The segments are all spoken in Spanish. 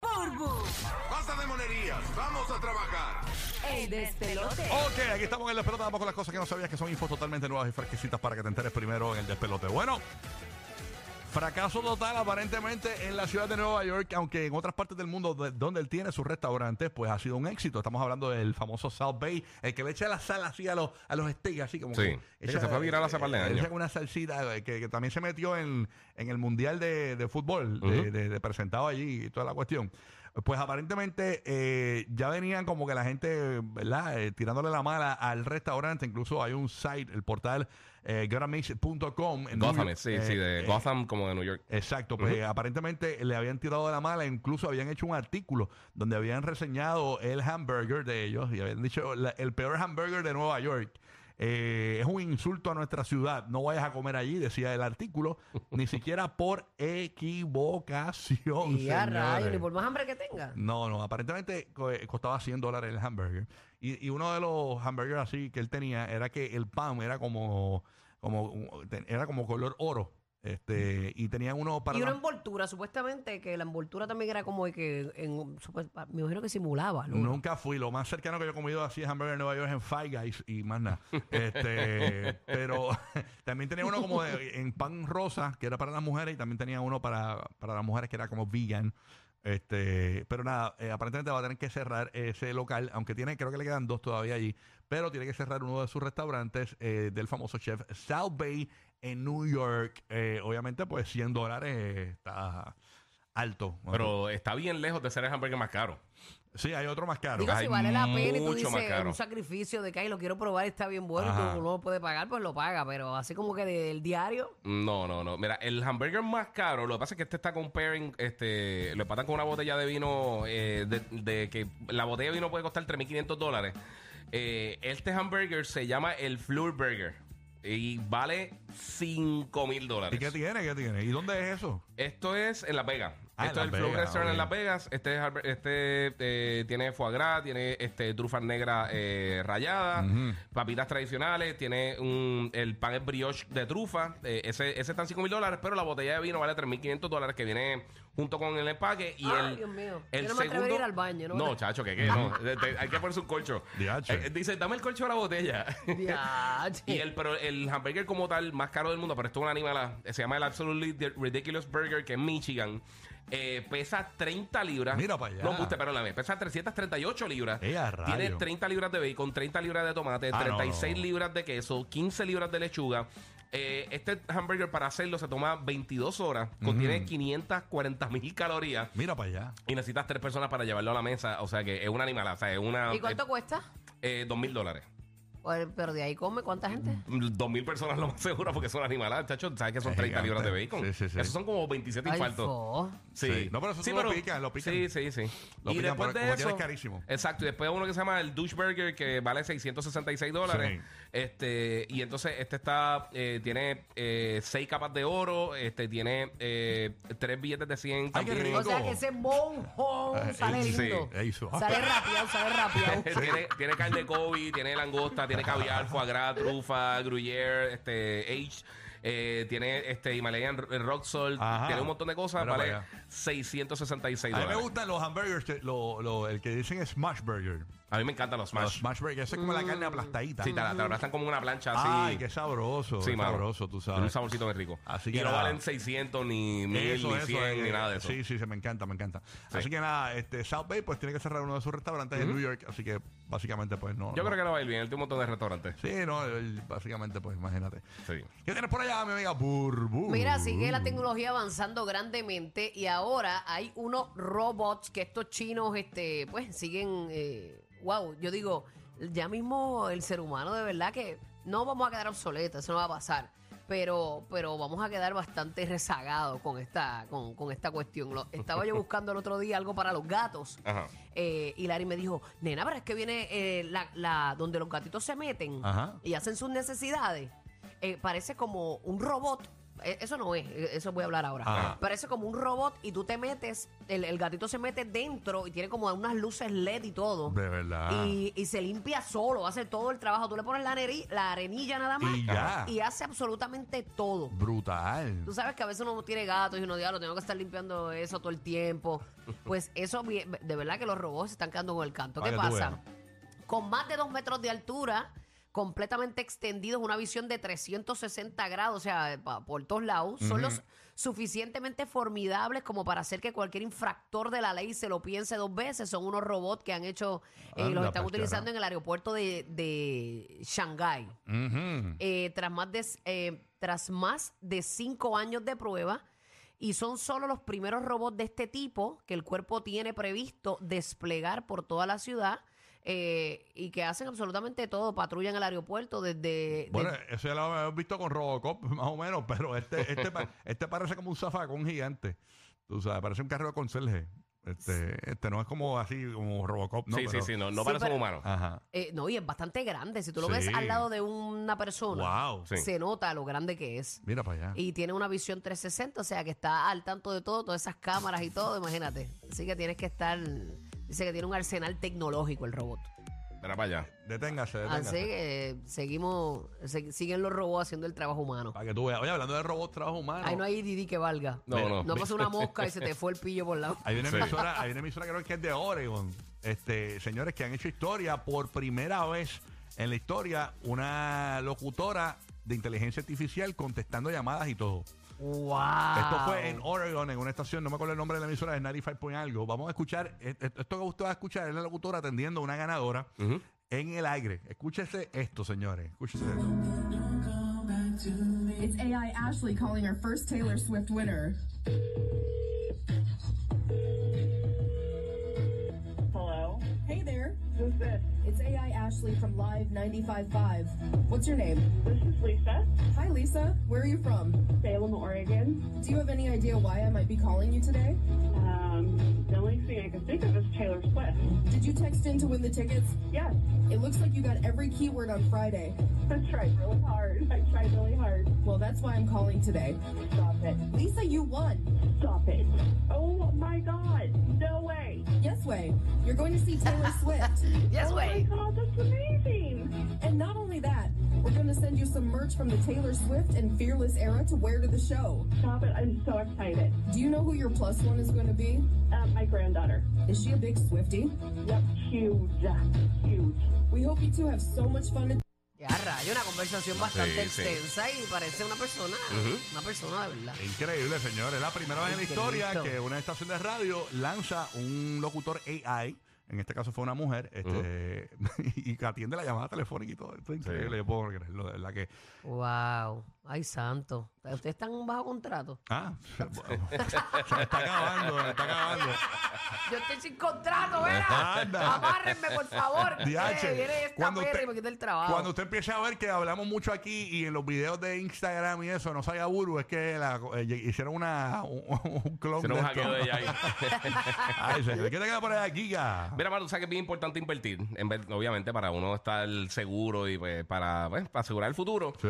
Basta de monerías, vamos a trabajar. El despelote. Ok, aquí estamos en el despelote. Vamos con las cosas que no sabías que son infos totalmente nuevas y fresquecitas para que te enteres primero en el despelote. Bueno, fracaso total aparentemente en la ciudad de Nueva York, aunque en otras partes del mundo de- donde él tiene sus restaurantes, pues ha sido un éxito. Estamos hablando del famoso South Bay, el que le echa la sal así a los, a los steaks, así como Sí, que se fue viral hace par de eh, años. echa una salsita eh, que, que también se metió en, en el mundial de, de fútbol, de- de, de presentado allí y toda la cuestión. Pues aparentemente eh, ya venían como que la gente, ¿verdad? Eh, tirándole la mala al restaurante. Incluso hay un site, el portal eh, gothamix.com. en New Gotham, York. sí, Eh, sí, de eh, Gotham como de New York. Exacto, pues aparentemente le habían tirado de la mala, incluso habían hecho un artículo donde habían reseñado el hamburger de ellos y habían dicho "La- el peor hamburger de Nueva York. Eh, es un insulto a nuestra ciudad, no vayas a comer allí, decía el artículo, ni siquiera por equivocación. Y a rayo, señores. ni por más hambre que tenga. No, no, aparentemente co- eh, costaba 100 dólares el hamburger. Y, y uno de los hamburgers así que él tenía era que el pan era como, como un- te- era como color oro. Este, y tenían uno para Y una la- envoltura, supuestamente, que la envoltura también era como de que, en, supu- me imagino que simulaba. ¿no? Nunca fui. Lo más cercano que yo he comido así es hamburger en Nueva York en Five Guys y más nada. Este, pero también tenía uno como de- en pan rosa, que era para las mujeres, y también tenía uno para, para las mujeres que era como vegan. Este, pero nada, eh, aparentemente va a tener que cerrar ese local, aunque tiene, creo que le quedan dos todavía allí, pero tiene que cerrar uno de sus restaurantes eh, del famoso chef South Bay en New York. Eh, obviamente, pues 100 dólares eh, está alto. Pero está bien lejos de ser el hamburger más caro. sí, hay otro más caro. Digo, Hay si vale la pena y tú mucho dices más caro. un sacrificio de que ay, lo quiero probar, está bien bueno, Ajá. y tú no lo puedes pagar, pues lo paga. Pero así como que del diario, No, no, no. Mira, el hamburger más caro, lo que pasa es que este está comparing, este, lo empatan con una botella de vino, eh, de, de que la botella de vino puede costar 3.500 dólares. Eh, este hamburger se llama el Fleur Burger y vale 5.000 ¿Y qué dólares. tiene? ¿Qué tiene? ¿Y dónde es eso? Esto es en Las Vegas. Ah, Esto es en el Las Flow Vegas, Restaurant ok. en Las Vegas. Este, es Albert- este eh, tiene foie gras, tiene este, trufas negras eh, rayadas, papitas tradicionales, tiene un, el pan es brioche de trufa. eh, ese, ese está en 5 mil dólares, pero la botella de vino vale 3.500 dólares que viene junto con el empaque. Y Ay, el, Dios mío. el Yo no me atrevería segundo, a ir al baño, ¿no? chacho, que qué, no. Te- te- hay que ponerse un colcho. Diache. Eh, dice, dame el colcho de la botella. diache. Y el, pero el hamburger como tal, más caro del mundo, pero esto es una animal, se llama el Absolutely Ridiculous Burger, que es Michigan. Eh, pesa 30 libras. Mira pa' allá. No, usted, pero la Pesa 338 libras. Eh, a rayos. Tiene 30 libras de bacon, 30 libras de tomate, Ah, no, 36 no. libras de queso, 15 libras de lechuga. Eh, este hamburger para hacerlo se toma 22 horas, contiene 540 mil calorías Mira para allá. y necesitas tres personas para llevarlo a la mesa. O sea que es una animal, o sea, es una... ¿Y cuánto cuesta? Eh, 2 mil dólares. Pues, Pero de ahí come, ¿cuánta gente? Dos mil personas lo más seguro porque son animaladas, chacho. ¿Sabes que son Es 30 gigante. libras de bacon? Sí, sí, sí. Esos son como 27 Ay, infartos. fo. Sí. Sí. No, pero eso tú lo pican, lo pican. Sí, sí, sí. Lo pican, pero como quiera es carísimo. Exacto. Y después uno que se llama el Douche Burger que vale 666 dólares. Este, y entonces este está, eh, tiene eh, seis capas de oro, este tiene eh, tres billetes de 100 Ay, qué también. rico. O sea que ese Eh, monjón sale sí. lindo. Ey, suave. Sale rapeado, sale rapeado. tiene, tiene carne de Kobe, tiene langosta, tiene caviar, foie gras, trufa, gruyere, este, H, eh, tiene este Himalayan r- rock salt, Ajá. tiene un montón de cosas, Mira vale para allá. 666 A mí me dólares. gustan los hamburgers, que- lo, lo- el que dicen smash burger. A mí me encantan los Los smash. smash burger, eso es como la Mm. carne aplastadita. Sí, te la te la aplastan como una plancha así. Ay, qué sabroso. Sí, qué mano. sabroso, tú Tiene Un sabes. saborcito bien rico. Así y que no nada. valen 600 ni 1000 ni 100 eh, ni nada de eso. Sí, sí, se me encanta, me encanta. Sí. Así que nada, este, South Bay pues tiene que cerrar uno de sus restaurantes en New York, así que básicamente pues no. Yo creo que no va a ir bien. Él tiene un montón de restaurantes. que... Sí, no, el- básicamente pues imagínate. Sí. ¿Qué tienes por allá, mi amiga? Burbu. Mira, sigue Uh-huh. la tecnología avanzando grandemente y ahora hay unos robots que estos chinos, este, pues siguen, eh, wow, yo digo, ya mismo el ser humano de verdad que no vamos a quedar obsoletos, eso no va a pasar. pero, pero vamos a quedar bastante rezagados con esta, con, con esta cuestión. Lo- estaba yo buscando el otro día algo para los gatos. Ajá. Eh, y Larry me dijo, nena, pero es que viene eh, la, la- donde los gatitos se meten Ajá. y hacen sus necesidades. Eh, parece como un robot. Eh, Eso no es, eh, eso voy a hablar ahora. Ajá. Parece como un robot y tú te metes, el, el gatito se mete dentro y tiene como unas luces LED y todo. De verdad. Y, y se limpia solo, hace todo el trabajo. Tú le pones la, aneri- la arenilla nada más Y ya. y hace absolutamente todo. Brutal. Tú sabes que a veces uno tiene gatos y uno diablo, tengo que estar limpiando eso todo el tiempo. Pues eso, vi- de verdad que los robots se están quedando con el canto. Para ¿Qué que tú pasa? Con más de dos metros de altura, completamente extendidos, una visión de 360 grados, o sea, pa- por todos lados, son los suficientemente formidables como para hacer que cualquier infractor de la ley se lo piense dos veces. Son unos robots que han hecho, eh, Anda los están pa'l utilizando carajo. en el aeropuerto de, de Shanghái. Ujú. Eh, tras, más de, eh, tras más de cinco años de prueba y son solo los primeros robots de este tipo que el cuerpo tiene previsto desplegar por toda la ciudad eh, y que hacen absolutamente todo, patrullan el aeropuerto desde... Bueno, de- eso ya lo habíamos visto con Robocop, más o menos, pero este, este, pa- este parece como un zafacón gigante. Tú sabes, parece un carro de conserje. Este, este no es como así, como Robocop, ¿no? sí, Pero- sí, sí, no, no Sí, parece pero- un humano. Ajá. eh, no, y es bastante grande. Si tú lo Sí. ves al lado de una persona, Wow. Sí. se nota lo grande que es. Mira para allá. Y tiene una visión 360, o sea que está al tanto de todo, todas esas cámaras y todo, imagínate. Así que tienes que estar... Dice que tiene un arsenal tecnológico el robot. Mira para allá. Deténgase, Ah, Así deténgase. que eh, seguimos, se- siguen los robots haciendo el trabajo humano. Para que tú veas. Oye, hablando de robots, trabajo humano. Ahí no hay Didi que valga. No, Mira, no. No pasa una mosca y se te fue el pillo por la Hay una Sí. emisora, hay una emisora creo que es de Oregon. Este, señores que han hecho historia por primera vez en la historia, una locutora de inteligencia artificial contestando llamadas y todo. ¡Wow! Esto fue en Oregon, en una estación, no me acuerdo el nombre de la emisora, es 95 point algo. Vamos a escuchar, eh, eh, esto que usted va a escuchar es la locutora atendiendo a una ganadora Ujú. en el aire. Escúchese esto, señores. Escúchese. It's AI Ashley calling our first Taylor Swift winner. Hello. Hey there, Who's this? it's AI Ashley from Live 95.5. What's your name? This is Lisa, Hi Lisa, where are you from? Salem, Oregon. Do you have any idea why I might be calling you today? Um, the only thing I can think of is Taylor Swift. Did you text in to win the tickets? Yes, It looks like you got every keyword on Friday. I tried really hard. I tried really hard. Well, that's why I'm calling today. Stop it. Lisa, you won. Stop it. Oh my God. No way. Yes way. You're going to see Taylor Swift. Yes, oh güey. my God, that's amazing. And not only that, we're going to send you some merch from the Taylor Swift and Fearless era to wear to the show. Stop it. I'm so excited. Do you know who your plus one is going to be? Um, my granddaughter. Is she a big Swiftie? Yep, huge, huge. We hope you two have so much fun. at- Ya, rayo, una conversación bastante sí. extensa y parece una persona, una persona de verdad. Increíble, señores. La primera vez en la Ay, qué historia lindo. que una estación de radio lanza un locutor AI. En este caso fue una mujer este, y que atiende la llamada telefónica y todo. Esto es increíble, yo puedo creerlo, de verdad que. ¡Wow! ¡Ay, santo! Ustedes están bajo contrato. Ah, se, se me está acabando, se me está acabando. Yo estoy sin contrato, ¿verdad? Anda. Amárrenme, por favor. DH, Eh, viene esta cuando perra usted- y me quita el trabajo. Cuando usted empiece a ver que hablamos mucho aquí y en los videos de Instagram y eso, no salga Buru, es que la- eh, hicieron una, un, un clon Se nos de hackeo esto. de ella ahí. Ay, señor, ¿qué te queda por ahí, Giga? Mira, Maru, tú sabes que es bien importante invertir, en ver- obviamente, para uno estar seguro y pues, para, pues, para asegurar el futuro. Sí.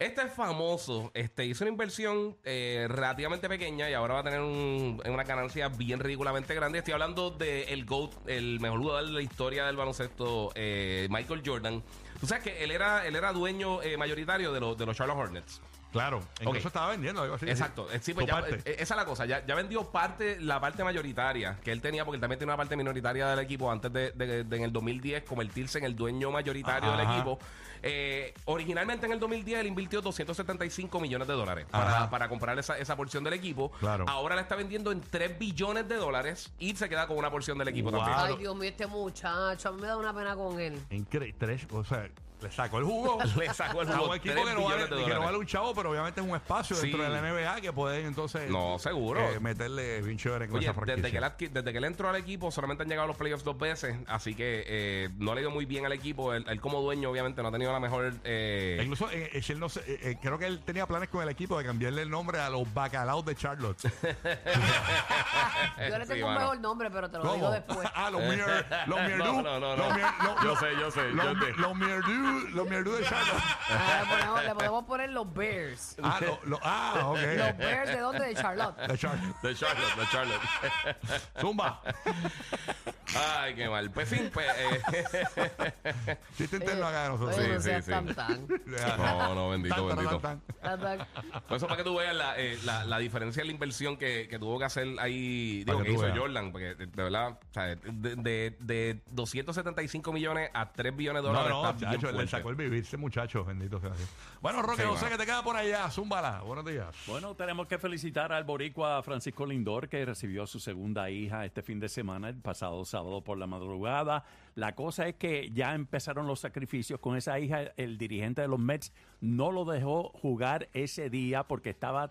Este es famoso, este hizo una inversión eh, relativamente pequeña y ahora va a tener un- una ganancia bien ridículamente grande. Estoy hablando de el GOAT, el mejor jugador de la historia del baloncesto, eh, Michael Jordan. Tú sabes que él era, él era dueño eh, mayoritario de, los- de los Charlotte Hornets. Claro, incluso Ok. estaba vendiendo algo así. Exacto. Eh, sí, pues Tu ya- parte. eh, esa es la cosa. Ya, ya vendió parte, la parte mayoritaria que él tenía, porque él también tenía una parte minoritaria del equipo antes de, de- de en el 2010 convertirse en el dueño mayoritario del Ajá. equipo. Eh, originalmente en el 2010 él invirtió 275 millones de dólares Ajá. para, para comprar esa, esa porción del equipo. Claro. Ahora la está vendiendo en 3 billones de dólares y se queda con una porción del equipo Wow. también. Ay, Dios mío, este muchacho. A mí me da una pena con él. Increíble. Tres, o sea, Le sacó el jugo. Le sacó el A jugo un equipo 3 que no, vale, billones de que no dólares. vale un chavo, pero obviamente es un espacio Sí. dentro de la NBA que pueden entonces No, seguro. eh, meterle bien chévere con Oye, esa franquicia. desde que, él adqui- desde que él entró al equipo, solamente han llegado a los playoffs dos veces, así que eh, no le ha ido muy bien al equipo. Él, él como dueño, obviamente, no ha tenido la mejor... eh, E Incluso eh, eh, si él no se- eh, eh, creo que él tenía planes con el equipo de cambiarle el nombre a los bacalaos de Charlotte. Yo le Sí, tengo un mano. mejor nombre, pero te lo digo después. ah, los Mier, los Mierdu. No, no, no, no. Los Mier- no, Yo sé, yo sé, Los, yo sé. los Mierdu, los Mierdu de Charlotte. Ah, le, ponemos, le podemos poner los Bears. Ah, lo, lo- ah, ¿Los ok. Bears de dónde? De Charlotte. De Charlotte. De Charlotte, de Charlotte. Zumba. Ay, qué mal. Pues fin, pues... eh, Chiste interno acá de nosotros. Eh, Ah, Oye, Sí, no sí, seas sí. tan tan. No, no, bendito, Tan, tan, bendito. tan, tan. Tan, tan. Por Pues eso para que tú veas la, eh, la, la diferencia de la inversión que, que tuvo que hacer ahí, digo, Para que que tú hizo veas. Jordan, porque eh, de de verdad, o sea, de, de, de 275 millones a 3 billones de No, dólares. no, está bien muchacho, le fuerte. sacó el vivir ese muchacho, bendito sea Dios. Bueno, Roque, Sí, no sé mano. que te queda por allá, zúmbala, buenos días. Bueno, tenemos que felicitar al boricua Francisco Lindor, que recibió a su segunda hija este fin de semana, el pasado sábado por la madrugada. La cosa es que ya empezaron los sacrificios con esa hija. El dirigente de los Mets no lo dejó jugar ese día porque estaba,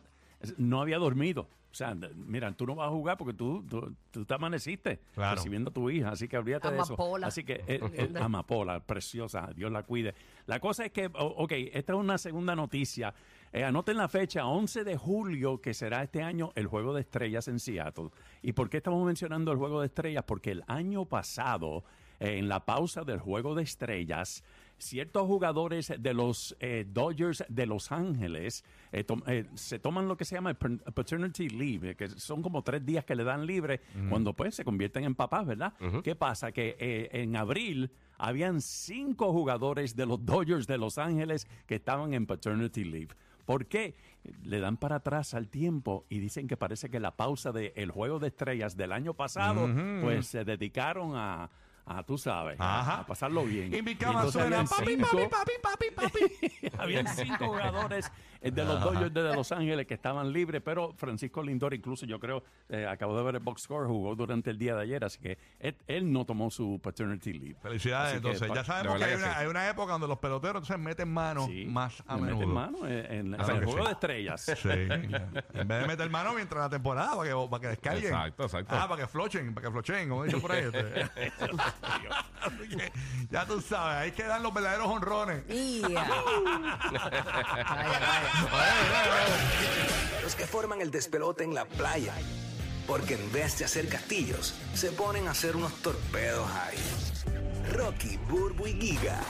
no había dormido. O sea, mira, tú no vas a jugar porque tú, tú, tú te amaneciste Claro. recibiendo a tu hija, así que olvídate de eso. Amapola. Así que, eh, eh, amapola, preciosa, Dios la cuide. La cosa es que, o- ok, esta es una segunda noticia. Eh, anoten la fecha, 11 de julio, que será este año el Juego de Estrellas en Seattle. ¿Y por qué estamos mencionando el Juego de Estrellas? Porque el año pasado, eh, en la pausa del Juego de Estrellas, ciertos jugadores de los eh, Dodgers de Los Ángeles eh, tom- eh, se toman lo que se llama el pan- paternity leave, eh, que son como tres días que le dan libre cuando pues se convierten en papás, ¿verdad? ¿Qué pasa? Que eh, en abril habían cinco jugadores de los Dodgers de Los Ángeles que estaban en paternity leave. ¿Por qué? Le dan para atrás al tiempo y dicen que parece que la pausa del Juego de Estrellas del año pasado, pues se dedicaron a, a, tú sabes, a- Ajá. a pasarlo bien. Y mi Y cama entonces suena, habían papi, cinco- papi, papi, papi, papi. habían cinco jugadores eh, de los Dodgers de Los Ángeles que estaban libres, pero Francisco Lindor, incluso yo creo, eh, acabo de ver el box score, jugó durante el día de ayer, así que él, él no tomó su paternity leave. Felicidades, Así que, entonces. pa- ya sabemos de que, hay, verdad que una, sí. hay una época donde los peloteros entonces meten mano sí, más a le meten menudo. mano en, en- en Claro el que juego sí. de estrellas. Sí. en vez de meter mano mientras la temporada para que, para que descarguen. Exacto, exacto. Ah, para que flochen, para que flochen, como he dicho por ahí. este. Así que, ya tú sabes, ahí quedan los verdaderos honrones. Yeah. Vaya, vaya. Los que forman el despelote en la playa. Porque en vez de hacer castillos, se ponen a hacer unos torpedos ahí. Rocky, Burbu y Giga,